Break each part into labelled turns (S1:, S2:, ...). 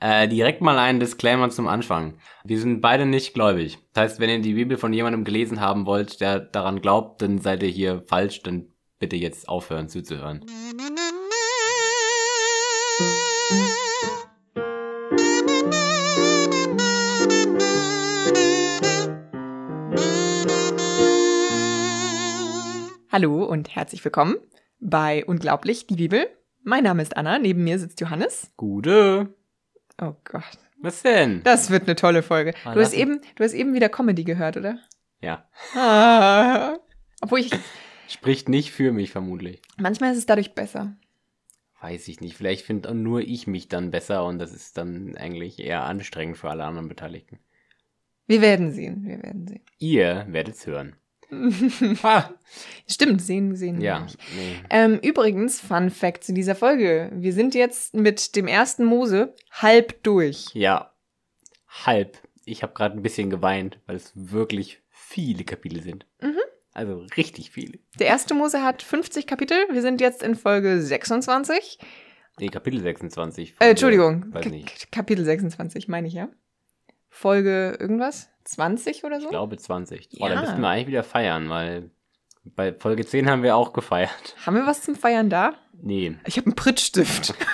S1: Äh, direkt mal einen Disclaimer zum Anfang. Wir sind beide nicht gläubig. Das heißt, wenn ihr die Bibel von jemandem gelesen haben wollt, der daran glaubt, dann seid ihr hier falsch, dann bitte jetzt aufhören zuzuhören.
S2: Hallo und herzlich willkommen bei Unglaublich, die Bibel. Mein Name ist Anna, neben mir sitzt Johannes.
S1: Gute.
S2: Oh Gott,
S1: Was denn?
S2: das wird eine tolle Folge.
S1: Mal
S2: Du hast
S1: lachen.
S2: eben, du hast eben wieder Comedy gehört, oder?
S1: Ja.
S2: Ah. Obwohl ich,
S1: Spricht nicht für mich vermutlich.
S2: manchmal ist es dadurch besser.
S1: Weiß ich nicht. Vielleicht finde nur ich mich dann besser und das ist dann eigentlich eher anstrengend für alle anderen Beteiligten.
S2: Wir werden sehen, wir werden
S1: Ihr werdet's hören.
S2: sehen.
S1: Ha!
S2: Stimmt, sehen, sehen. wir
S1: Ja.
S2: nicht.
S1: Nee.
S2: Ähm, übrigens, Fun Fact zu dieser Folge. Wir sind jetzt mit dem ersten Mose halb durch.
S1: Ja. Halb. Ich habe gerade ein bisschen geweint, weil es wirklich viele Kapitel sind.
S2: Mhm.
S1: Also richtig viele.
S2: Der erste Mose hat 50 Kapitel. Wir sind jetzt in Folge 26.
S1: Nee, Kapitel 26.
S2: Äh, Entschuldigung,
S1: Weiß
S2: Ka-
S1: nicht.
S2: Ka- Kapitel 26 meine ich ja. Folge irgendwas? 20 oder
S1: Ich
S2: so?
S1: glaube 20. Boah, da
S2: Ja.
S1: müssten wir eigentlich wieder feiern, weil bei Folge 10 haben wir auch gefeiert.
S2: Haben wir was zum Feiern da?
S1: Nee.
S2: Ich habe einen Prittstift.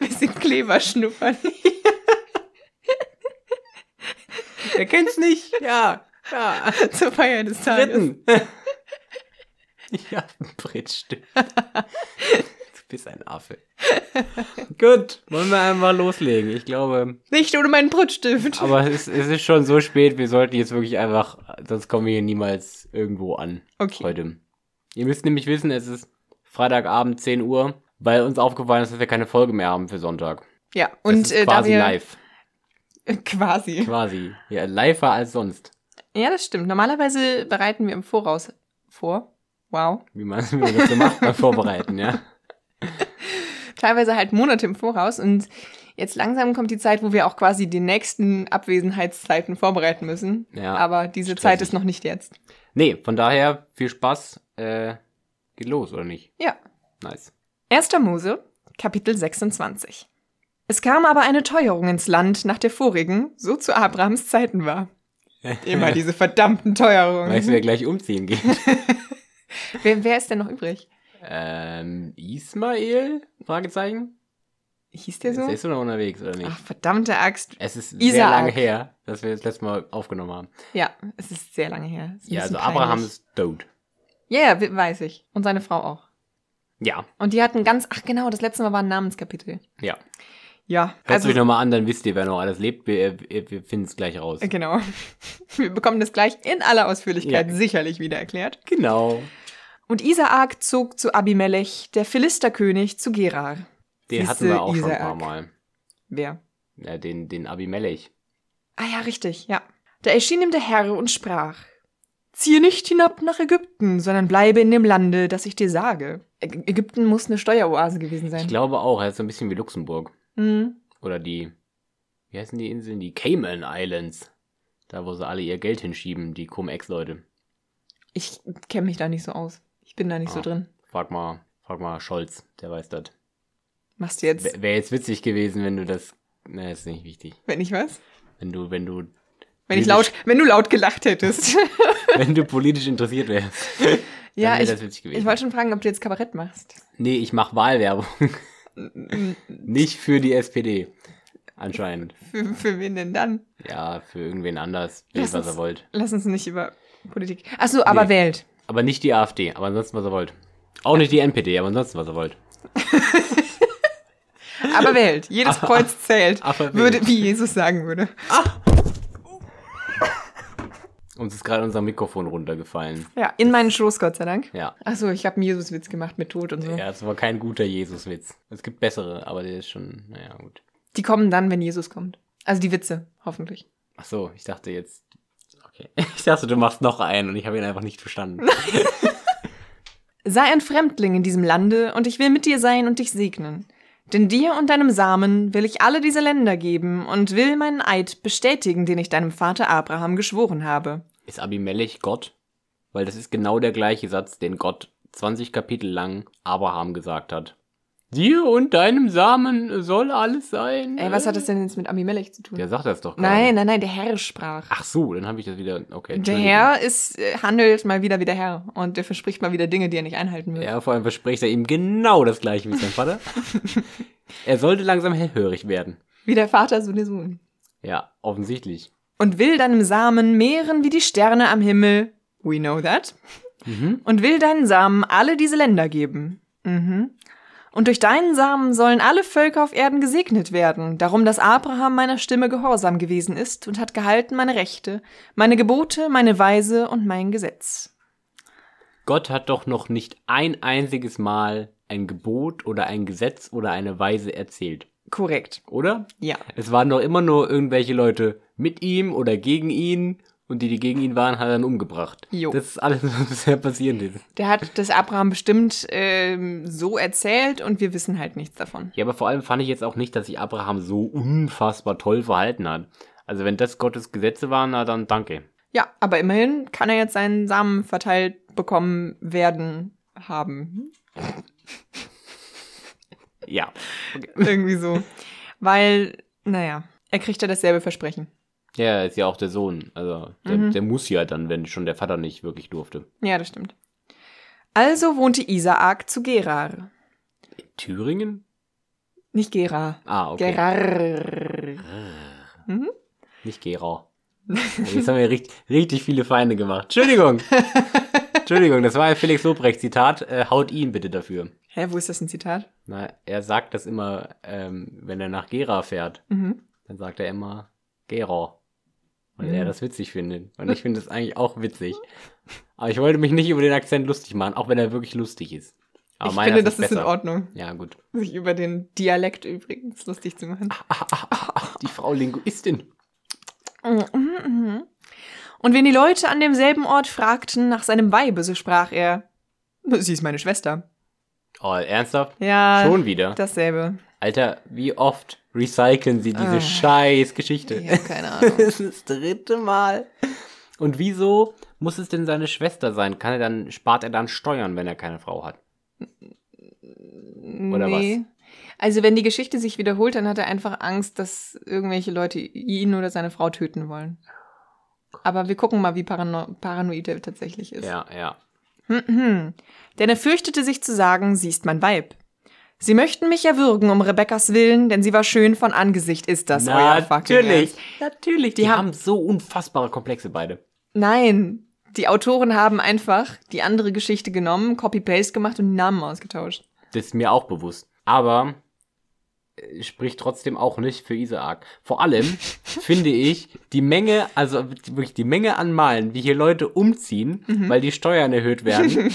S2: Bisschen Kleber schnuppern.
S1: Er kennt's nicht. Ja. Ja.
S2: Zur Feier des Tages.
S1: Dritten. ich hab ein Brittstück. du bist ein Affe. Gut, wollen wir einfach loslegen. Ich glaube,
S2: Nicht ohne meinen Prittstift.
S1: Aber es ist, es ist schon so spät, wir sollten jetzt wirklich einfach, sonst kommen wir hier niemals irgendwo an
S2: Okay.
S1: heute. Ihr müsst nämlich wissen, es ist Freitagabend 10 Uhr, weil uns aufgefallen ist, dass wir keine Folge mehr haben für Sonntag.
S2: Ja,
S1: Das
S2: und
S1: ist
S2: äh, da
S1: quasi
S2: wir
S1: live.
S2: Äh, Quasi.
S1: Quasi. Ja, liver als sonst,
S2: Ja, das stimmt. Normalerweise bereiten wir im Voraus vor. Wow.
S1: wie man, wie man das so macht beim Vorbereiten, ja.
S2: teilweise halt Monate im Voraus und jetzt langsam kommt die Zeit, wo wir auch quasi die nächsten Abwesenheitszeiten vorbereiten müssen.
S1: Ja.
S2: Aber diese
S1: Stressig.
S2: Zeit ist noch nicht jetzt.
S1: Nee, von daher viel Spaß. Äh, geht los, oder nicht?
S2: Ja.
S1: Nice.
S2: 1. Mose, Kapitel 26. Es kam aber eine Teuerung ins Land nach der vorigen, so zu Abrahams Zeiten war. Immer diese verdammten Teuerungen.
S1: Weißt du, wer gleich umziehen geht?
S2: wer, wer ist denn noch übrig?
S1: ähm, Ismael? Fragezeichen?
S2: Hieß der so?
S1: Ist er noch unterwegs, oder nicht?
S2: Ach, verdammte Axt.
S1: Es ist sehr
S2: Isaak.
S1: lange her, dass wir das letzte Mal aufgenommen haben.
S2: Ja, es ist sehr lange her. Es ist ein
S1: Ja, also
S2: bisschen
S1: Abraham
S2: peinlich.
S1: ist tot.
S2: Ja, ja, we- weiß ich. Und seine Frau auch.
S1: Ja,
S2: Und die hatten ganz, ach genau, das letzte Mal war ein Namenskapitel.
S1: ja. Hört
S2: Ja,
S1: also,
S2: also.
S1: euch nochmal an, dann wisst ihr, wer noch alles lebt. Wir, äh, wir finden es gleich raus.
S2: Genau. Wir bekommen das gleich in aller Ausführlichkeit
S1: Ja.
S2: sicherlich wieder erklärt.
S1: Genau.
S2: Und Isaak zog zu Abimelech, der Philisterkönig, zu Gerar.
S1: Den
S2: Siehste,
S1: hatten wir auch schon ein paar
S2: Isaak.
S1: Mal.
S2: Wer?
S1: Ja, den, den Abimelech.
S2: Ah ja, richtig, ja. Da erschien ihm der Herr und sprach: Ziehe nicht hinab nach Ägypten, sondern bleibe in dem Lande, das ich dir sage. Ä Ägypten muss eine Steueroase gewesen
S1: Ich
S2: sein.
S1: glaube auch, er ist so ein bisschen wie Luxemburg.
S2: Hm.
S1: Oder die, wie heißen die Inseln? Die Cayman Islands. Da, wo sie alle ihr Geld hinschieben, die Cum-Ex-Leute.
S2: Ich kenne mich da nicht so aus. Ich bin da nicht so
S1: Ah.
S2: drin.
S1: Frag mal, frag mal Scholz, der weiß das.
S2: Machst du jetzt,
S1: Wäre jetzt witzig gewesen, wenn du das... Na, ist nicht wichtig.
S2: wenn ich was?
S1: Wenn du, wenn du
S2: Wenn ich
S1: Will ich-
S2: laut, wenn du laut gelacht hättest.
S1: wenn du politisch interessiert wärst. dann
S2: ja,
S1: wär
S2: ich,
S1: das witzig gewesen.
S2: ich wollte schon fragen, ob du jetzt Kabarett machst.
S1: nee, ich mache Wahlwerbung.
S2: für,
S1: Nicht für die SPD. Anscheinend.
S2: für wen denn dann?
S1: Ja, für irgendwen anders. Wählt,
S2: Lass
S1: was ihr
S2: uns-
S1: wollt.
S2: Lass uns nicht über Politik. Achso, aber
S1: Nee.
S2: wählt.
S1: Aber nicht die AfD. Aber ansonsten, was ihr wollt. Auch nicht die NPD, aber ansonsten, was ihr wollt.
S2: Aber wählt. Jedes Kreuz zählt.
S1: aber wählt.
S2: würde, wie Jesus sagen würde.
S1: Uns ist gerade unser Mikrofon runtergefallen.
S2: Ja, in meinen Schoß, Gott sei Dank.
S1: Ja.
S2: Achso, ich habe einen Jesuswitz gemacht mit Tod und so.
S1: Ja, es war kein guter Jesuswitz. Es gibt bessere, aber der ist schon, naja, gut.
S2: Die kommen dann, wenn Jesus kommt. Also die Witze, hoffentlich.
S1: Ach so, ich dachte jetzt. Okay. Ich dachte, du machst noch einen und ich habe ihn einfach nicht verstanden.
S2: Sei ein Fremdling in diesem Lande, und ich will mit dir sein und dich segnen. Denn dir und deinem Samen will ich alle diese Länder geben und will meinen Eid bestätigen, den ich deinem Vater Abraham geschworen habe.
S1: Ist Abimelech Gott? Weil das ist genau der gleiche Satz, den Gott 20 Kapitel lang Abraham gesagt hat. Dir und deinem Samen soll alles sein.
S2: Ey, was hat das denn jetzt mit Abimelech zu tun?
S1: Der sagt das doch. gerade.
S2: nein, nein, nein, der Herr sprach.
S1: Ach so, dann habe ich das wieder. Okay.
S2: der
S1: Entschuldigung.
S2: Herr ist, äh, handelt mal wieder wie der Herr und der verspricht mal wieder Dinge, die er nicht einhalten wird.
S1: Ja, vor allem verspricht er ihm genau das Gleiche wie sein Vater. er sollte langsam hellhörig werden.
S2: Wie der Vater, so der Sohn.
S1: Ja, offensichtlich.
S2: Und will deinem Samen mehren wie die Sterne am Himmel. We know that.
S1: Mhm.
S2: Und will deinen Samen alle diese Länder geben. Mhm. Und durch deinen Samen sollen alle Völker auf Erden gesegnet werden, darum dass Abraham meiner Stimme gehorsam gewesen ist und hat gehalten meine Rechte, meine Gebote, meine Weise und mein Gesetz.
S1: Gott hat doch noch nicht ein einziges Mal ein Gebot oder ein Gesetz oder eine Weise erzählt,
S2: Korrekt.
S1: oder?
S2: Ja.
S1: Es waren doch immer nur irgendwelche Leute mit ihm oder gegen ihn und die, die gegen ihn waren, hat er dann umgebracht.
S2: Jo.
S1: Das ist alles, was bisher passiert ist.
S2: Der hat das Abraham bestimmt ähm, so erzählt und wir wissen halt nichts davon.
S1: Ja, aber vor allem fand ich jetzt auch nicht, dass sich Abraham so unfassbar toll verhalten hat. Also wenn das Gottes Gesetze waren, na dann danke.
S2: Ja, aber immerhin kann er jetzt seinen Samen verteilt bekommen werden
S1: Mhm.
S2: haben.
S1: Ja.
S2: Irgendwie so. Weil, naja, er kriegt ja dasselbe Versprechen.
S1: Ja, er ist ja auch der Sohn. Also der,
S2: Mhm.
S1: der muss ja dann, wenn schon der Vater nicht wirklich durfte.
S2: Ja, das stimmt. Also wohnte Isaak zu Gerar.
S1: Thüringen?
S2: Nicht Gerar.
S1: Ah, okay.
S2: Gerar. Mhm.
S1: Nicht Gera. Jetzt haben wir richtig, richtig viele Feinde gemacht. Entschuldigung. Entschuldigung, das war ein Felix Lobrecht Zitat. Äh, haut ihn bitte dafür.
S2: Hä, wo ist das ein Zitat?
S1: Na, er sagt das immer, ähm, wenn er nach Gera fährt,
S2: Mhm.
S1: dann sagt er immer Gera. Weil
S2: Mhm.
S1: er das witzig findet. Und ich finde das eigentlich auch witzig. Aber ich wollte mich nicht über den Akzent lustig machen, auch wenn er wirklich lustig ist. Aber
S2: ich
S1: meiner
S2: finde, das
S1: ist
S2: ist in
S1: besser.
S2: Ordnung,
S1: Ja, gut.
S2: sich über den Dialekt übrigens lustig zu machen.
S1: Ah. Die Frau Linguistin.
S2: Mhm, mhm. Und wenn die Leute an demselben Ort fragten nach seinem Weibe, so sprach er, sie ist meine Schwester.
S1: Oh, ernsthaft?
S2: Ja,
S1: Schon wieder.
S2: dasselbe.
S1: Alter, wie oft recyceln sie diese
S2: Ah.
S1: scheiß Geschichte?
S2: Ja, keine Ahnung.
S1: das ist das dritte Mal. Und wieso muss es denn seine Schwester sein? Kann er dann, spart er dann Steuern, wenn er keine Frau hat? Oder
S2: nee. Also wenn die Geschichte sich wiederholt, dann hat er einfach Angst, dass irgendwelche Leute ihn oder seine Frau töten wollen. Aber wir gucken mal, wie parano paranoid er tatsächlich ist.
S1: Ja, ja.
S2: Mhm. Denn er fürchtete sich zu sagen, sie ist mein Weib. Sie möchten mich erwürgen um Rebekkas Willen, denn sie war schön von Angesicht, ist das euer fucking
S1: natürlich.
S2: Ernst?
S1: Natürlich. Die,
S2: Die
S1: haben so unfassbare Komplexe beide.
S2: Nein, die Autoren haben einfach die andere Geschichte genommen, Copy-Paste gemacht und die Namen ausgetauscht.
S1: Das ist mir auch bewusst. Aber äh, spricht trotzdem auch nicht für Isaak. Vor allem finde ich die Menge, also wirklich die Menge an Malen, wie hier Leute umziehen, weil die Steuern erhöht werden,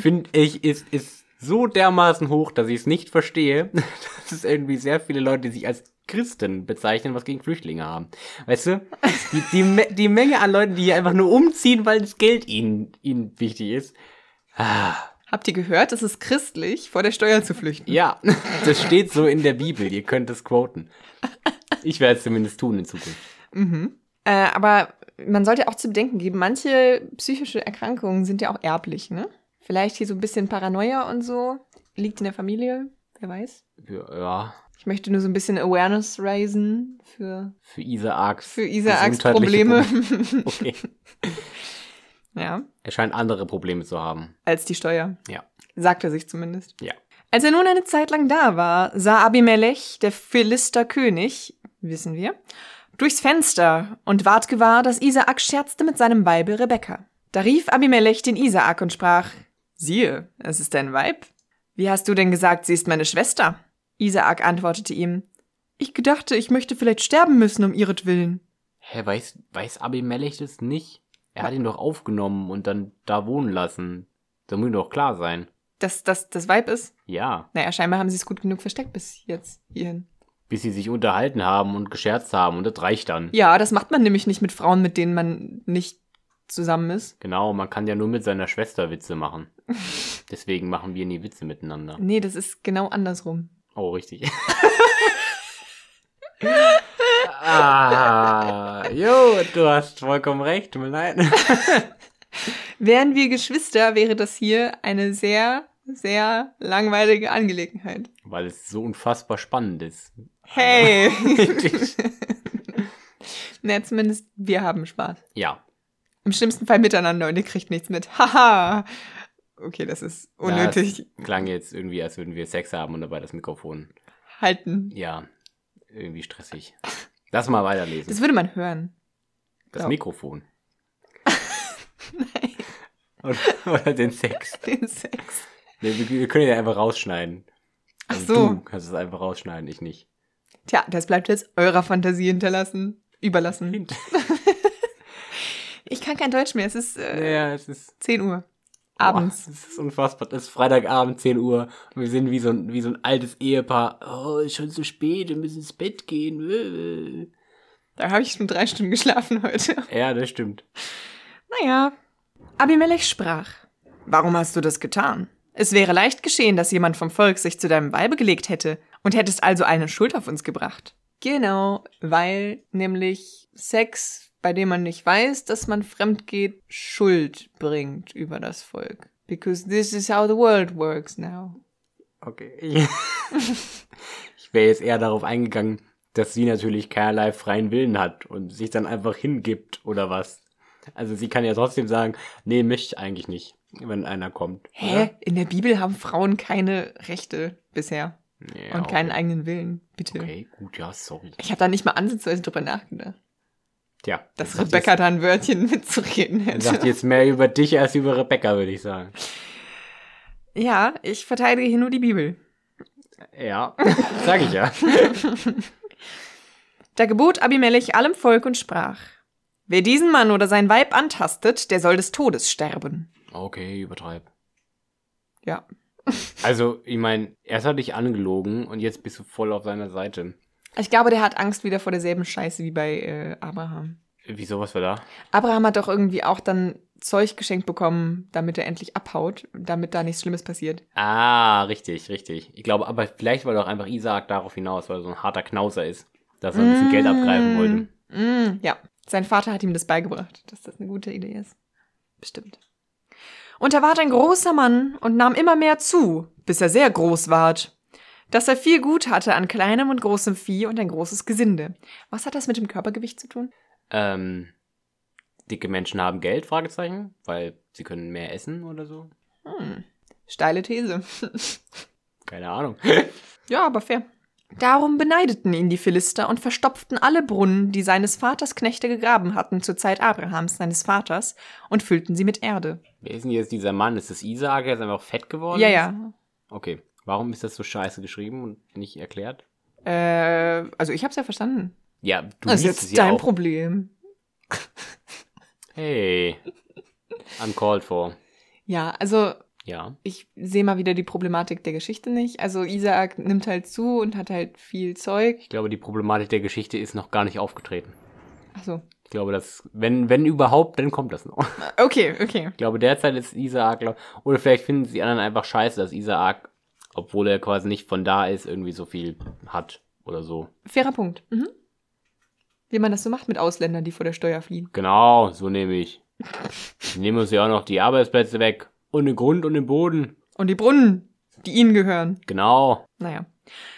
S1: finde ich, ist, ist so dermaßen hoch, dass ich es nicht verstehe, dass es irgendwie sehr viele Leute, die sich als Christen bezeichnen, was gegen Flüchtlinge haben. Weißt du? Die, die, Me- die Menge an Leuten, die hier einfach nur umziehen, weil das Geld ihnen, ihnen wichtig ist. Ah.
S2: Habt ihr gehört, es ist christlich, vor der Steuer zu flüchten?
S1: Ja, das steht so in der Bibel. Ihr könnt es quoten. Ich werde es zumindest tun in Zukunft.
S2: Äh, aber man sollte auch zu bedenken geben, manche psychische Erkrankungen sind ja auch erblich, ne? Vielleicht hier so ein bisschen Paranoia und so. Liegt in der Familie, wer weiß.
S1: Für, ja,
S2: Ich möchte nur so ein bisschen Awareness raisen für,
S1: für Isaaks.
S2: für Isaaks
S1: gesundheitliche
S2: Probleme.
S1: Probleme. Okay.
S2: ja,
S1: Er scheint andere Probleme zu haben.
S2: als die Steuer.
S1: Ja.
S2: Sagt er sich zumindest.
S1: Ja.
S2: Als er nun eine Zeit lang da war, sah Abimelech, der Philister König, wissen wir, durchs Fenster und ward gewahr, dass Isaak scherzte mit seinem Weibe Rebekka. Da rief Abimelech den Isaak und sprach, siehe, es ist dein Weib. Wie hast du denn gesagt, sie ist meine Schwester? Isaak antwortete ihm, ich gedachte, ich möchte vielleicht sterben müssen um ihretwillen.
S1: Hä, weiß, weiß Abimelech das nicht? Er hat ihn doch aufgenommen und dann da wohnen lassen. Da muss ihm doch klar sein.
S2: Dass das das Weib ist?
S1: Ja.
S2: Naja, scheinbar haben sie es gut genug versteckt bis jetzt hierhin.
S1: Bis sie sich unterhalten haben und gescherzt haben und das reicht dann.
S2: Ja, das macht man nämlich nicht mit Frauen, mit denen man nicht zusammen ist.
S1: Genau, man kann ja nur mit seiner Schwester Witze machen. Deswegen machen wir nie Witze miteinander.
S2: Nee, das ist genau andersrum.
S1: Oh, richtig. ah, jo, du hast vollkommen recht, tut mir leid.
S2: Wären wir Geschwister, wäre das hier eine sehr sehr langweilige Angelegenheit.
S1: Weil es so unfassbar spannend ist.
S2: Hey!
S1: Wirklich.
S2: Na, zumindest wir haben Spaß.
S1: Ja.
S2: Im schlimmsten Fall miteinander und ihr kriegt nichts mit. Haha! okay, das ist unnötig.
S1: Das klang jetzt irgendwie, als würden wir Sex haben und dabei das Mikrofon.
S2: Halten.
S1: Ja, irgendwie stressig. Lass mal weiterlesen.
S2: Das würde man hören.
S1: Das
S2: glaub-
S1: Mikrofon.
S2: Nein,
S1: Oder, oder den Sex.
S2: den Sex.
S1: Wir, wir wir können ihn ja einfach rausschneiden.
S2: Ach
S1: Also
S2: so.
S1: Du kannst es einfach rausschneiden, ich nicht.
S2: Tja, das bleibt jetzt eurer Fantasie hinterlassen.
S1: Äh.
S2: Überlassen. Ich kann kein Deutsch mehr. Es ist äh,
S1: Ja, es ist
S2: 10 Uhr. Abends.
S1: Boah, das ist unfassbar. Das ist Freitagabend, 10 Uhr. Und wir sind wie so ein, wie so ein altes Ehepaar. Oh, ist schon so spät, wir müssen ins Bett gehen. Äh.
S2: Da habe ich schon drei Stunden geschlafen heute.
S1: Ja, das stimmt.
S2: Naja. Abimelech sprach. Warum hast du das getan? Es wäre leicht geschehen, dass jemand vom Volk sich zu deinem Weibe gelegt hätte und hättest also eine Schuld auf uns gebracht. Genau, weil nämlich Sex, bei dem man nicht weiß, dass man fremd geht, Schuld bringt über das Volk. Because this is how the world works now.
S1: Okay. ich wäre jetzt eher darauf eingegangen, dass sie natürlich keinerlei freien Willen hat und sich dann einfach hingibt oder was. Also sie kann ja trotzdem sagen, nee, möchte ich eigentlich nicht, wenn einer kommt.
S2: Hä? In der Bibel haben Frauen keine Rechte bisher
S1: oder? Ja,
S2: und keinen
S1: okay.
S2: eigenen Willen. Bitte.
S1: Okay, gut, ja, sorry.
S2: Ich habe da nicht mal ansatzweise drüber nachgedacht.
S1: Tja.
S2: dass
S1: sagt
S2: Rebecca da ein Wörtchen mitzureden
S1: jetzt, sagt
S2: hätte.
S1: jetzt mehr über dich als über Rebecca, würde ich sagen.
S2: Ja, ich verteidige hier nur die Bibel.
S1: Ja, sag ich ja.
S2: Da gebot Abimelech allem Volk und sprach: Wer diesen Mann oder sein Weib antastet, der soll des Todes sterben.
S1: Okay, übertreib.
S2: Ja.
S1: Also, ich meine, erst hat dich angelogen und jetzt bist du voll auf seiner Seite.
S2: Ich glaube, der hat Angst wieder vor derselben Scheiße wie bei äh, Abraham.
S1: Wieso, was war da?
S2: Abraham hat doch irgendwie auch dann Zeug geschenkt bekommen, damit er endlich abhaut, damit da nichts Schlimmes passiert.
S1: Ah, richtig, richtig. Ich glaube, aber vielleicht war doch einfach Isaac darauf hinaus, weil er so ein harter Knauser ist, dass er ein bisschen Geld abgreifen wollte.
S2: Mm, ja, sein Vater hat ihm das beigebracht, dass das eine gute Idee ist. Bestimmt. Und er ward ein großer Mann und nahm immer mehr zu, bis er sehr groß ward. Dass er viel Gut hatte an kleinem und großem Vieh und ein großes Gesinde. Was hat das mit dem Körpergewicht zu tun?
S1: Ähm, dicke Menschen haben Geld, Fragezeichen, weil sie können mehr essen oder so.
S2: Hm, steile These.
S1: Keine Ahnung.
S2: Ja, aber fair. Darum beneideten ihn die Philister und verstopften alle Brunnen, die seines Vaters Knechte gegraben hatten zur Zeit Abrahams, seines Vaters, und füllten sie mit Erde.
S1: Wer ist denn jetzt dieser Mann? Ist das Isaac? Der ist einfach fett geworden?
S2: Ja, ja.
S1: Okay. Warum ist das so scheiße geschrieben und nicht erklärt?
S2: Äh, also ich hab's ja verstanden.
S1: Ja, du
S2: das ist
S1: liest
S2: jetzt
S1: es ja
S2: dein
S1: auch.
S2: Problem.
S1: Hey. Uncalled for.
S2: Ja, also
S1: Ja.
S2: ich sehe mal wieder die Problematik der Geschichte nicht. Also Isaac nimmt halt zu und hat halt viel Zeug.
S1: Ich glaube, die Problematik der Geschichte ist noch gar nicht aufgetreten.
S2: Achso.
S1: Ich glaube, dass, wenn, wenn überhaupt, dann kommt das noch.
S2: Äh, Okay, okay.
S1: Ich glaube, derzeit ist Isaak, glaub, oder vielleicht finden sie die anderen einfach scheiße, dass Isaak, obwohl er quasi nicht von da ist, irgendwie so viel hat oder so.
S2: Fairer Punkt. Mhm. Wie man das so macht mit Ausländern, die vor der Steuer fliehen.
S1: Genau, so nehme ich. Ich nehme uns ja auch noch die Arbeitsplätze weg. Und den Grund und den Boden.
S2: Und die Brunnen, die ihnen gehören.
S1: Genau.
S2: Naja.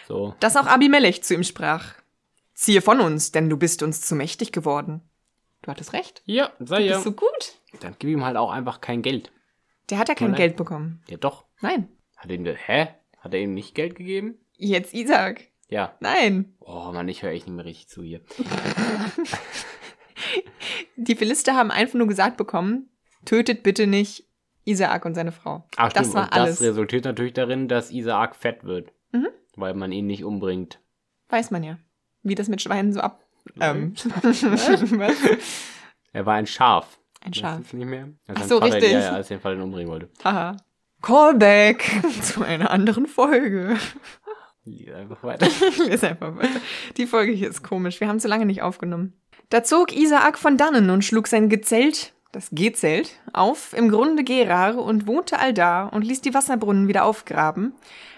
S1: So.
S2: Dass auch Abimelech zu ihm sprach. Ziehe von uns, denn du bist uns zu mächtig geworden. Du hattest recht.
S1: Ja, sei
S2: Du
S1: ja.
S2: bist so gut.
S1: Dann gib ihm halt auch einfach kein Geld.
S2: Der hat ja kein
S1: Nein.
S2: Geld bekommen.
S1: Ja, doch.
S2: Nein.
S1: Hat er ihm, das- hä? Hat er ihm nicht Geld gegeben?
S2: Jetzt Isaac.
S1: Ja.
S2: Nein.
S1: Oh Mann, ich höre echt nicht mehr richtig zu hier.
S2: Die Philister haben einfach nur gesagt bekommen, tötet bitte nicht Isaak und seine Frau.
S1: Ach, Ah,
S2: Das
S1: stimmt.
S2: war
S1: und das
S2: alles.
S1: resultiert natürlich darin, dass Isaak fett wird.
S2: Mhm.
S1: Weil man ihn nicht umbringt.
S2: Weiß man ja, wie das mit Schweinen so ab... Ähm.
S1: Er war ein Schaf.
S2: Ein
S1: Weißt du
S2: Schaf.
S1: es nicht mehr? Als
S2: Ach
S1: sein
S2: so,
S1: Vater,
S2: richtig.
S1: Ja, ja, als den Vater ihn umbringen wollte.
S2: Haha. Callback zu einer anderen Folge.
S1: Lies einfach weiter.
S2: Ich lese einfach weiter. Die Folge hier ist komisch. Wir haben zu lange nicht aufgenommen. Da zog Isaak von dannen und schlug sein Gezelt, das Gezelt, auf im Grunde Gerar und wohnte allda und ließ die Wasserbrunnen wieder aufgraben,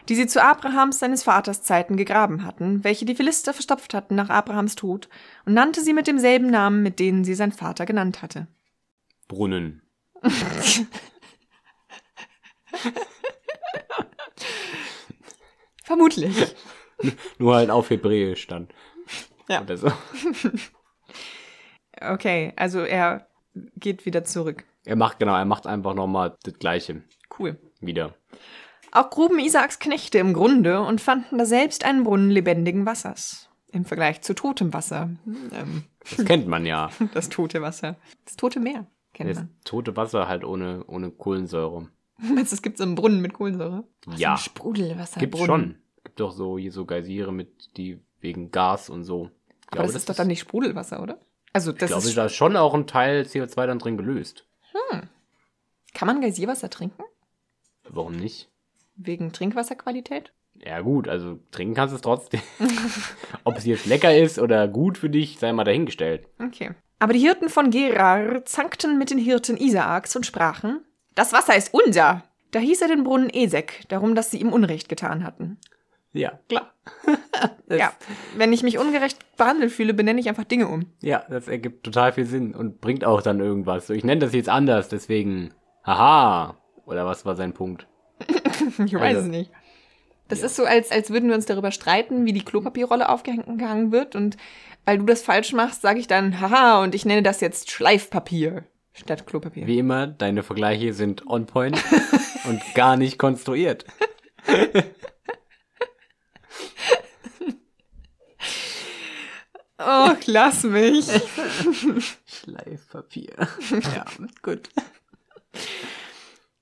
S2: die sie zu Abrahams seines Vaters Zeiten gegraben hatten, welche die Philister verstopft hatten nach Abrahams Tod und nannte sie mit demselben Namen, mit denen sie sein Vater genannt hatte.
S1: Brunnen.
S2: Vermutlich.
S1: Nur halt auf Hebräisch dann.
S2: Ja.
S1: Oder so.
S2: Okay, also er geht wieder zurück.
S1: Er macht, genau, er macht einfach nochmal das Gleiche
S2: Cool.
S1: wieder.
S2: Auch gruben Isaaks Knechte im Grunde und fanden da selbst einen Brunnen lebendigen Wassers. Im Vergleich zu totem Wasser. Ähm,
S1: Das kennt man ja.
S2: das tote Wasser. Das tote Meer kennt
S1: Das
S2: man.
S1: tote Wasser halt ohne, ohne Kohlensäure.
S2: Meinst du, es gibt so einen Brunnen mit Kohlensäure?
S1: Ja.
S2: So ein Sprudelwasser.
S1: Gibt's schon. Gibt doch so hier so Geysire mit, die wegen Gas und so. Ich
S2: Aber das ist doch dann nicht Sprudelwasser, oder? Also das
S1: Ich glaube,
S2: ist,
S1: da ist schon auch ein Teil CO2 dann drin gelöst.
S2: kann man Geysirwasser trinken?
S1: Warum nicht?
S2: Wegen Trinkwasserqualität?
S1: Ja, gut, also trinken kannst du es trotzdem. Ob es jetzt lecker ist oder gut für dich, sei mal dahingestellt.
S2: Okay. Aber die Hirten von Gerar zankten mit den Hirten Isaaks und sprachen, das Wasser ist unser. Da hieß er den Brunnen Esek, darum, dass sie ihm Unrecht getan hatten.
S1: Ja, klar.
S2: ja, wenn ich mich ungerecht behandelt fühle, benenne ich einfach Dinge um.
S1: Ja, das ergibt total viel Sinn und bringt auch dann irgendwas. So, ich nenne das jetzt anders, deswegen. Haha. Oder was war sein Punkt?
S2: Ich weiß
S1: Also-
S2: es nicht. Das ist so, als, als würden wir uns darüber streiten, wie die Klopapierrolle aufgehangen wird. Und weil du das falsch machst, sage ich dann, haha, und ich nenne das jetzt Schleifpapier statt Klopapier.
S1: Wie immer, deine Vergleiche sind on point und gar nicht konstruiert.
S2: Oh, lass mich.
S1: Schleifpapier. ja, gut.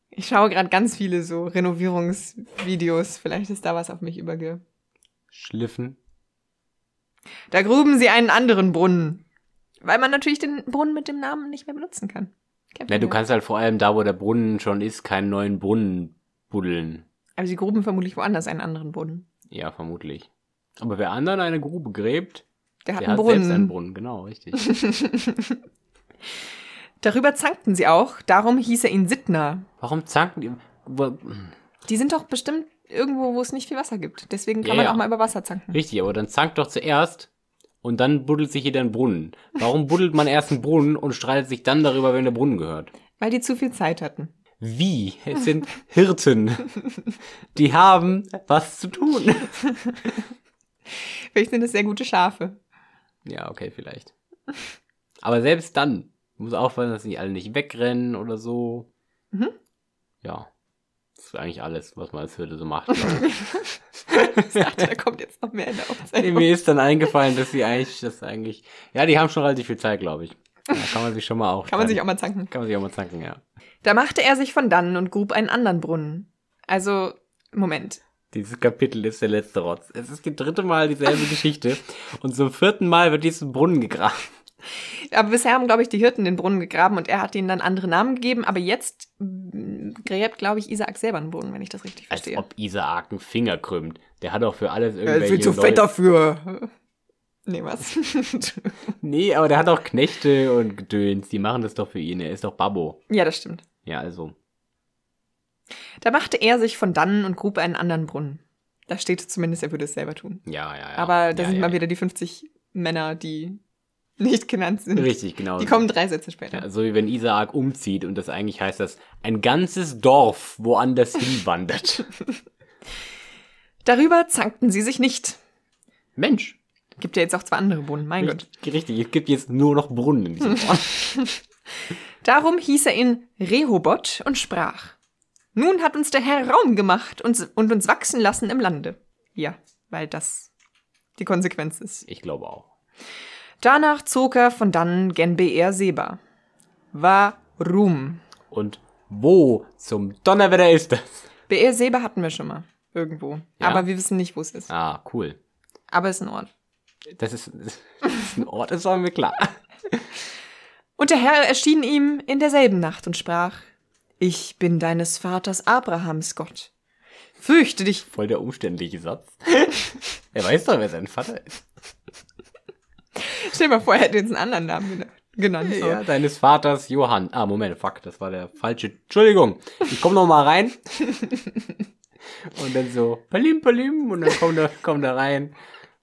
S2: Ich schaue gerade ganz viele so Renovierungsvideos. Vielleicht ist da was auf mich überge.
S1: Schliffen.
S2: Da gruben sie einen anderen Brunnen. Weil man natürlich den Brunnen mit dem Namen nicht mehr benutzen kann. Kennt
S1: Na,
S2: man
S1: du
S2: ja.
S1: kannst halt vor allem da, wo der Brunnen schon ist, keinen neuen Brunnen buddeln.
S2: Aber sie Also gruben vermutlich woanders einen anderen Brunnen.
S1: Ja, vermutlich. Aber wer anderen eine Grube gräbt,
S2: Der hat
S1: der
S2: einen
S1: hat selbst einen Brunnen.
S2: Brunnen.
S1: Genau, richtig.
S2: Darüber zankten sie auch, darum hieß er ihn Sittner.
S1: Warum zanken die? wo-
S2: Die sind doch bestimmt irgendwo, wo es nicht viel Wasser gibt. Deswegen kann
S1: Ja,
S2: man
S1: ja.
S2: auch mal über Wasser zanken.
S1: Richtig, aber dann zankt doch zuerst und dann buddelt sich jeder einen Brunnen. Warum buddelt man erst einen Brunnen und streitet sich dann darüber, wem der Brunnen gehört?
S2: Weil die zu viel Zeit hatten.
S1: Wie? Es sind Hirten. Die haben was zu tun.
S2: Vielleicht sind das sehr gute Schafe.
S1: Ja, okay, vielleicht. Aber selbst dann muss aufpassen, dass die alle nicht wegrennen oder so.
S2: Mhm.
S1: Ja. Das ist eigentlich alles, was man als Hirte so macht. glaub ich.
S2: Ich dachte, da kommt jetzt noch mehr in der Aufzeichnung.
S1: Mir ist dann eingefallen, dass sie eigentlich, dass eigentlich, ja, die haben schon relativ viel Zeit, glaube ich. Da kann man sich schon mal auch,
S2: Kann man sich auch mal zanken.
S1: kann man sich auch mal zanken, ja.
S2: Da machte er sich von dannen und grub einen anderen Brunnen. Also, Moment.
S1: Dieses Kapitel ist der letzte Rotz. Es ist die dritte Mal dieselbe Geschichte und zum vierten Mal wird diesen Brunnen gegraben.
S2: Aber bisher haben, glaube ich, die Hirten den Brunnen gegraben und er hat ihnen dann andere Namen gegeben. Aber jetzt mm, gräbt, glaube ich, Isaak selber einen Brunnen, wenn ich das richtig
S1: Als
S2: verstehe.
S1: ob Isaak einen Finger krümmt. Der hat auch für alles
S2: er
S1: irgendwelche
S2: ist viel Äh, zu
S1: Leute.
S2: fett dafür. Nee, was?
S1: Nee, aber der hat auch Knechte und Gedöns. Die machen das doch für ihn. Er ist doch Babbo.
S2: ja, das stimmt.
S1: Ja, also.
S2: Da machte er sich von dannen und grub einen anderen Brunnen. Da steht zumindest, er würde es selber tun.
S1: Ja, ja, ja.
S2: Aber da
S1: ja,
S2: sind
S1: ja,
S2: mal
S1: ja.
S2: wieder die 50 Männer, die nicht genannt sind.
S1: Richtig, genau.
S2: Die kommen drei Sätze später.
S1: Ja, so wie wenn Isaak umzieht und das eigentlich heißt, dass ein ganzes Dorf woanders hinwandert.
S2: Darüber zankten sie sich nicht.
S1: Mensch.
S2: Gibt ja jetzt auch zwei andere Brunnen, mein Gott.
S1: Richtig, richtig, es gibt jetzt nur noch Brunnen in diesem Ort.
S2: Darum hieß er ihn Rehoboth und sprach: Nun hat uns der Herr Raum gemacht und, und uns wachsen lassen im Lande. Ja, weil das die Konsequenz ist.
S1: Ich glaube auch.
S2: Danach zog er von dannen gen Beer Seba. Warum?
S1: Und wo zum Donnerwetter ist das?
S2: Beer Seba hatten wir schon mal. Irgendwo.
S1: Ja?
S2: Aber wir wissen nicht, wo es ist.
S1: Ah, cool.
S2: Aber es ist ein Ort.
S1: Das ist, das ist ein Ort, das war mir klar.
S2: Und der Herr erschien ihm in derselben Nacht und sprach: Ich bin deines Vaters Abrahams Gott. Fürchte dich
S1: Voll der umständliche Satz. Er weiß doch, wer sein Vater ist.
S2: Stell dir mal vor, er hätte jetzt einen anderen Namen gena- genannt. So.
S1: Ja, deines Vaters Johann. Ah, Moment, fuck, das war der falsche. Entschuldigung, ich komm noch mal rein. Und dann so, palim, palim, und dann kommt er, kommt er rein.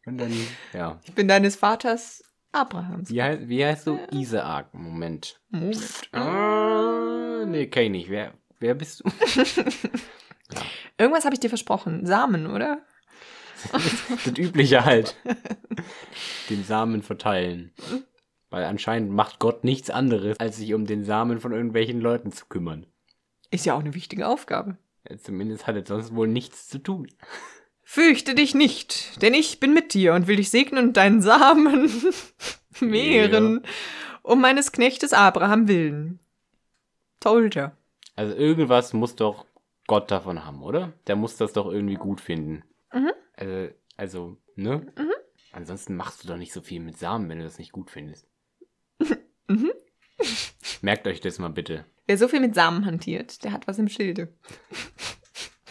S1: Und dann, ja.
S2: Ich bin deines Vaters Abrahams.
S1: Wie heißt, wie heißt du? Isaak. Moment.
S2: Moment.
S1: Ah, nee, kenn ich nicht. Wer, wer bist du?
S2: Irgendwas habe ich dir versprochen. Samen, oder?
S1: das Übliche halt. Den Samen verteilen. Weil anscheinend macht Gott nichts anderes, als sich um den Samen von irgendwelchen Leuten zu kümmern.
S2: Ist ja auch eine wichtige Aufgabe.
S1: Ja, Zumindest hat er sonst wohl nichts zu tun.
S2: Fürchte dich nicht, denn ich bin mit dir und will dich segnen und deinen Samen mehren, um meines Knechtes Abraham willen. Told ya.
S1: Also irgendwas muss doch Gott davon haben, oder? Der muss das doch irgendwie gut finden.
S2: Mhm.
S1: Also, also ne? Ansonsten machst du doch nicht so viel mit Samen, wenn du das nicht gut findest.
S2: Mhm.
S1: Merkt euch das mal bitte.
S2: Wer so viel mit Samen hantiert, der hat was im Schilde.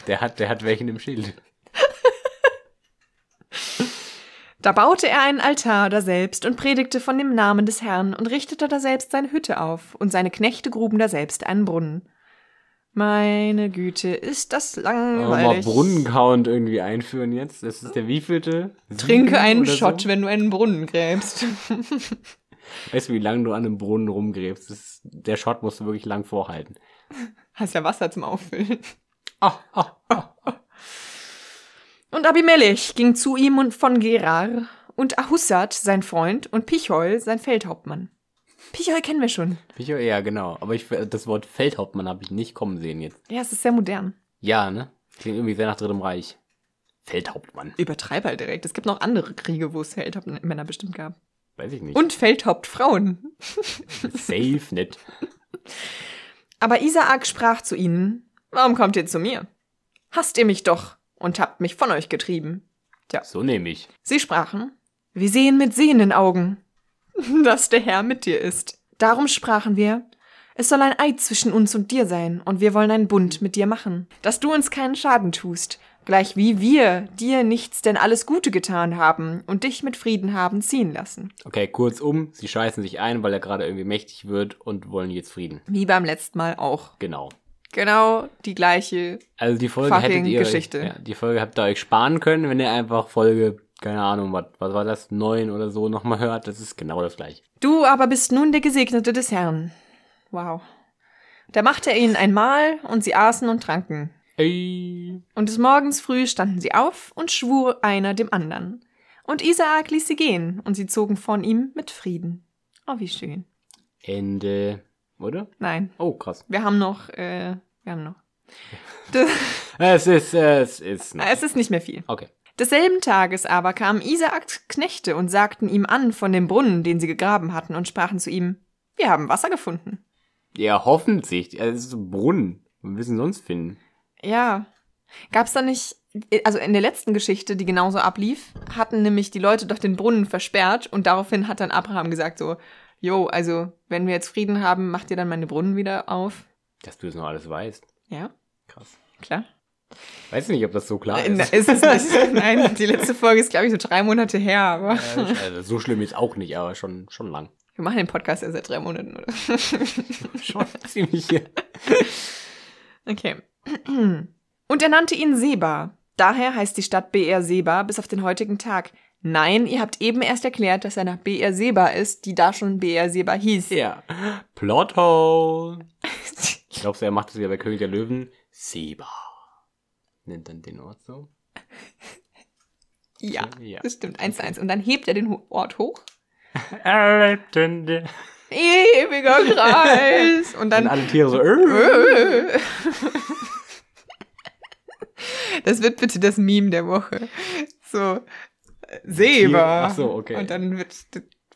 S1: Der hat, der hat welchen im Schild.
S2: Da baute er einen Altar daselbst und predigte von dem Namen des Herrn und richtete daselbst seine Hütte auf, und seine Knechte gruben daselbst einen Brunnen. Meine Güte, ist das
S1: Wollen wir mal
S2: langweilig.
S1: Brunnencount irgendwie einführen jetzt? Das ist der wievielte? Sieben
S2: Trinke einen
S1: oder
S2: Shot,
S1: So?
S2: wenn du einen Brunnen gräbst.
S1: Weißt du, wie lange du an einem Brunnen rumgräbst? Das ist, der Shot musst du wirklich lang vorhalten.
S2: Hast ja Wasser zum Auffüllen.
S1: Ah, ah,
S2: Und Abimelech ging zu ihm und von Gerar und Ahusat, sein Freund, und Pichol, sein Feldhauptmann. Pichol kennen wir schon.
S1: Micho, ja, genau. Aber ich, das Wort Feldhauptmann habe ich nicht kommen sehen jetzt.
S2: Ja, es ist sehr modern.
S1: Ja, ne? Klingt irgendwie sehr nach Drittem Reich. Feldhauptmann.
S2: Übertreib halt direkt. Es gibt noch andere Kriege, wo es Feldhauptmänner bestimmt gab.
S1: Weiß ich nicht.
S2: Und Feldhauptfrauen.
S1: Safe nicht.
S2: Aber Isaak sprach zu ihnen: Warum kommt ihr zu mir? Hasst ihr mich doch und habt mich von euch getrieben.
S1: So nehme ich.
S2: Sie sprachen: Wir sehen mit sehenden Augen, dass der Herr mit dir ist. Darum sprachen wir: Es soll ein Eid zwischen uns und dir sein, und wir wollen einen Bund mit dir machen, dass du uns keinen Schaden tust, gleich wie wir dir nichts denn alles Gute getan haben und dich mit Frieden haben ziehen lassen.
S1: Okay, kurzum, sie scheißen sich ein, weil er gerade irgendwie mächtig wird und wollen jetzt Frieden.
S2: Wie beim letzten Mal auch.
S1: Genau.
S2: Genau die gleiche
S1: Also die Folge
S2: Fucking
S1: hättet ihr
S2: Geschichte.
S1: Euch, ja, die Folge habt ihr euch sparen können, wenn ihr einfach Folge, keine Ahnung, was, was war das, neun oder so nochmal hört. Das ist genau das gleiche.
S2: Du aber bist nun der Gesegnete des Herrn. Wow. Da machte er ihnen ein Mahl, und sie aßen und tranken.
S1: Ey.
S2: Und des Morgens früh standen sie auf und schwur einer dem anderen. Und Isaak ließ sie gehen, und sie zogen von ihm mit Frieden. Oh, wie schön.
S1: Ende. Oder?
S2: Nein,
S1: Oh, krass.
S2: wir haben noch, äh, wir haben noch. D-
S1: Es ist, es ist.
S2: es ist nicht mehr viel.
S1: Okay.
S2: Desselben Tages aber kamen Isaaks Knechte und sagten ihm an von dem Brunnen, den sie gegraben hatten, und sprachen zu ihm, wir haben Wasser gefunden.
S1: Ja, hoffentlich. Es ist ein Brunnen. Wir müssen sonst finden.
S2: Ja. Gab's da nicht, also in der letzten Geschichte, die genauso ablief, hatten nämlich die Leute doch den Brunnen versperrt und daraufhin hat dann Abraham gesagt so, jo, also wenn wir jetzt Frieden haben, macht ihr dann meine Brunnen wieder auf.
S1: Dass du das noch alles weißt.
S2: Ja,
S1: Krass.
S2: klar.
S1: Weiß nicht, ob das so klar
S2: Nein,
S1: ist.
S2: ist es nicht. Nein, die letzte Folge ist, glaube ich, so drei Monate her, aber
S1: also, so schlimm ist auch nicht, aber schon, schon lang.
S2: wir machen den Podcast ja seit drei Monaten, oder?
S1: Schon ziemlich.
S2: Okay. Und er nannte ihn Seba. Daher heißt die Stadt BR Seba bis auf den heutigen Tag. Nein, ihr habt eben erst erklärt, dass er nach BR Seba ist, die da schon BR Seba hieß.
S1: Ja. Plothole. Ich glaube, er macht es wieder bei König der Löwen. Seba. Nennt dann den Ort so.
S2: ja,
S1: Ja.
S2: das stimmt. Eins zu eins. Und dann hebt er den Ho- Ort hoch.
S1: Äh, Erlebtende.
S2: Ewiger Kreis. Und
S1: Dann
S2: dann.
S1: alle Tiere so. äh.
S2: Das wird bitte das Meme der Woche. So. äh,
S1: Tier-
S2: Seba.
S1: ach so, okay.
S2: Und dann wird,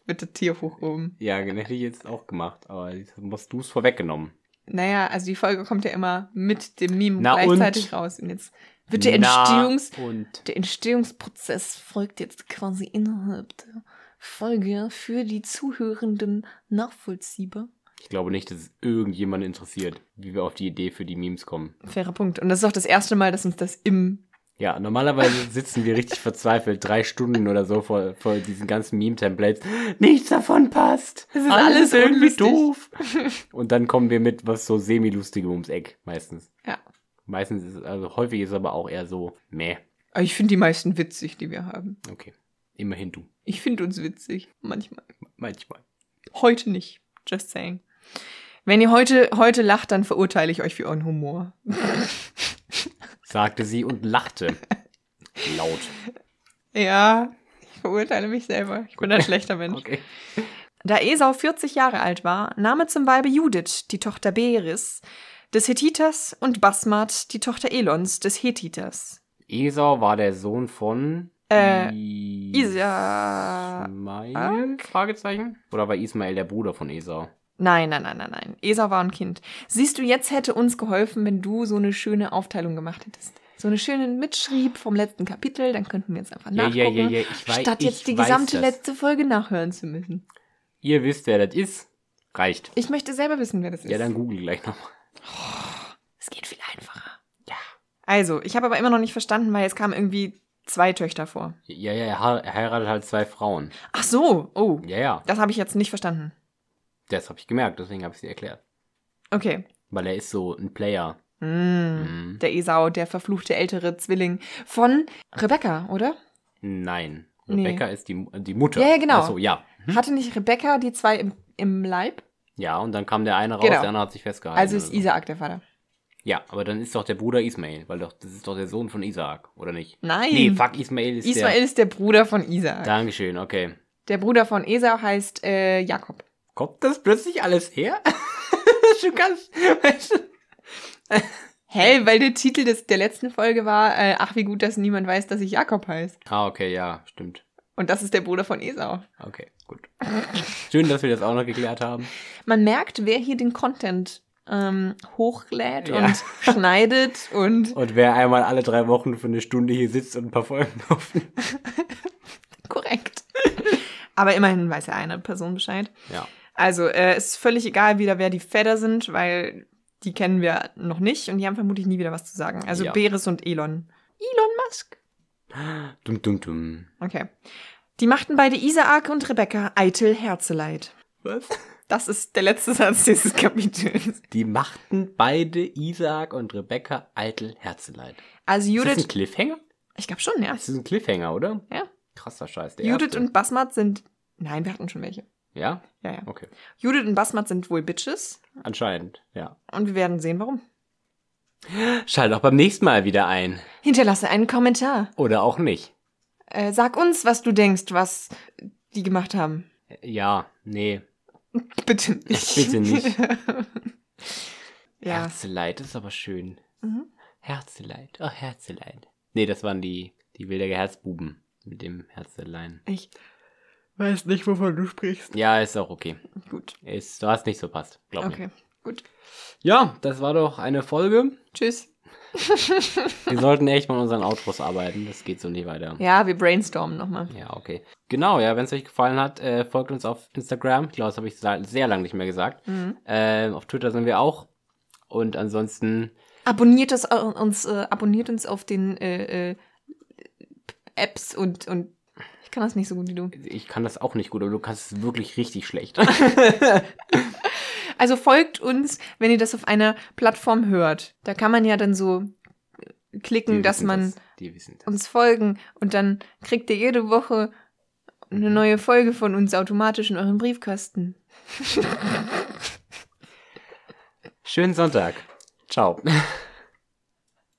S2: wird das Tier hochgehoben.
S1: Ja, genau, hätte ich jetzt auch gemacht, aber jetzt hast du es vorweggenommen.
S2: Naja, also die Folge kommt ja immer mit dem Meme
S1: Na
S2: gleichzeitig
S1: und?
S2: raus. Und jetzt wird der,
S1: Na
S2: Entstehungs
S1: Und.
S2: der Entstehungsprozess folgt jetzt quasi innerhalb der Folge für die Zuhörenden nachvollziehbar.
S1: Ich glaube nicht, dass es irgendjemanden interessiert, wie wir auf die Idee für die Memes kommen.
S2: Fairer Punkt. Und das ist auch das erste Mal, dass uns das im...
S1: Ja, normalerweise sitzen wir richtig verzweifelt, drei Stunden oder so vor, vor diesen ganzen Meme-Templates. Nichts davon passt.
S2: Es ist alles unlustig.
S1: doof. Und dann kommen wir mit was so semi-lustigem ums Eck, meistens.
S2: Ja.
S1: Meistens ist, also häufig ist aber auch eher so, meh,
S2: Aber also ich finde die meisten witzig, die wir haben.
S1: okay. Immerhin du.
S2: Ich finde uns witzig. Manchmal.
S1: Manchmal.
S2: Heute nicht. Just saying. Wenn ihr heute, heute lacht, dann verurteile ich euch für euren Humor.
S1: Sagte sie und lachte. Laut.
S2: Ja, ich verurteile mich selber. Ich bin ein schlechter Mensch.
S1: Okay.
S2: Da Esau 40 Jahre alt war, nahm er zum Weibe Judith, die Tochter Beeris, des Hethiters, und Basmat, die Tochter Elons, des Hethiters.
S1: Esau war der Sohn von
S2: Äh,
S1: I-
S2: Isa.
S1: Ismail? Fragezeichen? Oder war Ismail der Bruder von Esau?
S2: Nein, nein, nein, nein, nein. Esau war ein Kind. Siehst du, jetzt hätte uns geholfen, wenn du so eine schöne Aufteilung gemacht hättest. So eine schöne Mitschrieb vom letzten Kapitel, dann könnten wir jetzt einfach
S1: Ja,
S2: nachgucken.
S1: ja, ja, ja, ich weiß.
S2: Statt
S1: ich
S2: jetzt die
S1: weiß
S2: gesamte
S1: das.
S2: letzte Folge nachhören zu müssen.
S1: Ihr wisst, wer das ist. Reicht.
S2: Ich möchte selber wissen, wer das ist.
S1: Ja, dann google gleich nochmal.
S2: Es geht viel einfacher.
S1: Ja.
S2: Also, ich habe aber immer noch nicht verstanden, weil es kamen irgendwie zwei Töchter vor.
S1: Ja, ja, er ha- er heiratet halt zwei Frauen.
S2: Ach so, oh.
S1: Ja, ja.
S2: Das habe ich jetzt nicht verstanden.
S1: Das habe ich gemerkt, deswegen habe ich sie erklärt.
S2: Okay.
S1: Weil er ist so ein Player.
S2: Mm.
S1: Mhm.
S2: Der Esau, der verfluchte ältere Zwilling von Rebecca, oder?
S1: Nein.
S2: Nee.
S1: Rebecca ist die, Mu- die Mutter.
S2: Ja, ja, genau.
S1: Achso, ja.
S2: Hatte nicht Rebecca die zwei im, im Leib?
S1: Ja, und dann kam der eine raus,
S2: Genau.
S1: der andere hat sich festgehalten.
S2: Also ist
S1: oder so.
S2: Isaak der Vater.
S1: Ja, aber dann ist doch der Bruder Ismail, weil doch, das ist doch der Sohn von Isaak, oder nicht?
S2: Nein.
S1: Nee, fuck, Ismail ist
S2: Ismael ist der Bruder von
S1: der.
S2: Isaak.
S1: Dankeschön, okay.
S2: Der Bruder von Esau heißt äh, Jakob.
S1: Kommt das plötzlich alles her? das ist schon ganz.
S2: Hä, weil der Titel des, der letzten Folge war, äh, ach wie gut, dass niemand weiß, dass ich Jakob heiße.
S1: Ah, okay, ja, stimmt.
S2: Und das ist der Bruder von Esau.
S1: Okay, gut. Schön, dass wir das auch noch geklärt haben.
S2: Man merkt, wer hier den Content ähm, hochlädt
S1: Ja.
S2: und schneidet und
S1: Und wer einmal alle drei Wochen für eine Stunde hier sitzt und ein paar Folgen laufen.
S2: korrekt. Aber immerhin weiß ja eine Person Bescheid.
S1: Ja.
S2: Also, äh, ist völlig egal, wieder wer die Väter sind, weil die kennen wir noch nicht und die haben vermutlich nie wieder was zu sagen. Also
S1: Ja.
S2: Beres und Elon. Elon Musk.
S1: Dum, dum, dum.
S2: Okay. Die machten beide Isaak und Rebecca eitel Herzeleid.
S1: Was?
S2: Das ist der letzte Satz dieses Kapitels.
S1: Die machten beide Isaak und Rebecca eitel Herzeleid.
S2: Also
S1: Ist das ein
S2: Judith,
S1: Cliffhanger?
S2: ich glaube schon, ja.
S1: Das ist ein Cliffhanger, oder?
S2: Ja.
S1: Krasser Scheiß. Der
S2: Judith
S1: erste.
S2: und Basmat sind. Nein, wir hatten schon welche.
S1: Ja?
S2: Ja, ja.
S1: Okay.
S2: Judith und Basmat sind wohl Bitches
S1: Anscheinend, ja.
S2: und wir werden sehen, warum.
S1: Schalt auch beim nächsten Mal wieder ein.
S2: Hinterlasse einen Kommentar.
S1: Oder auch nicht.
S2: Äh, sag uns, was du denkst, was die gemacht haben.
S1: Ja, nee.
S2: Bitte nicht.
S1: Bitte nicht.
S2: ja.
S1: Herzeleid ist aber schön.
S2: Mhm.
S1: Herzeleid, oh Herzeleid. Nee, das waren die, die Wilderer Herzbuben mit dem Herzelein.
S2: Ich weiß nicht, wovon du sprichst.
S1: Ja, ist auch okay.
S2: Gut.
S1: Ist, du hast nicht so passt, glaub mir.
S2: Okay. Gut.
S1: Ja, das war doch eine Folge.
S2: Tschüss.
S1: Wir sollten echt mal an unseren Outros arbeiten. Das geht so nicht weiter.
S2: Ja, wir brainstormen nochmal.
S1: Ja, okay. Genau, ja, wenn es euch gefallen hat, äh, folgt uns auf Instagram. Ich glaube, das habe ich sa- sehr lange nicht mehr gesagt.
S2: Mhm.
S1: Ähm, auf Twitter sind wir auch. Und ansonsten,
S2: Abonniert es äh, uns, äh, abonniert uns auf den äh, äh, Apps und, und ich kann das nicht so gut wie du.
S1: ich kann das auch nicht gut, aber du kannst es wirklich richtig schlecht.
S2: Also folgt uns, wenn ihr das auf einer Plattform hört. Da kann man ja dann so klicken,
S1: Die
S2: dass
S1: wissen
S2: man
S1: das. Die wissen das.
S2: uns folgen und dann kriegt ihr jede Woche eine neue Folge von uns automatisch in euren Briefkasten.
S1: Schönen Sonntag. Ciao.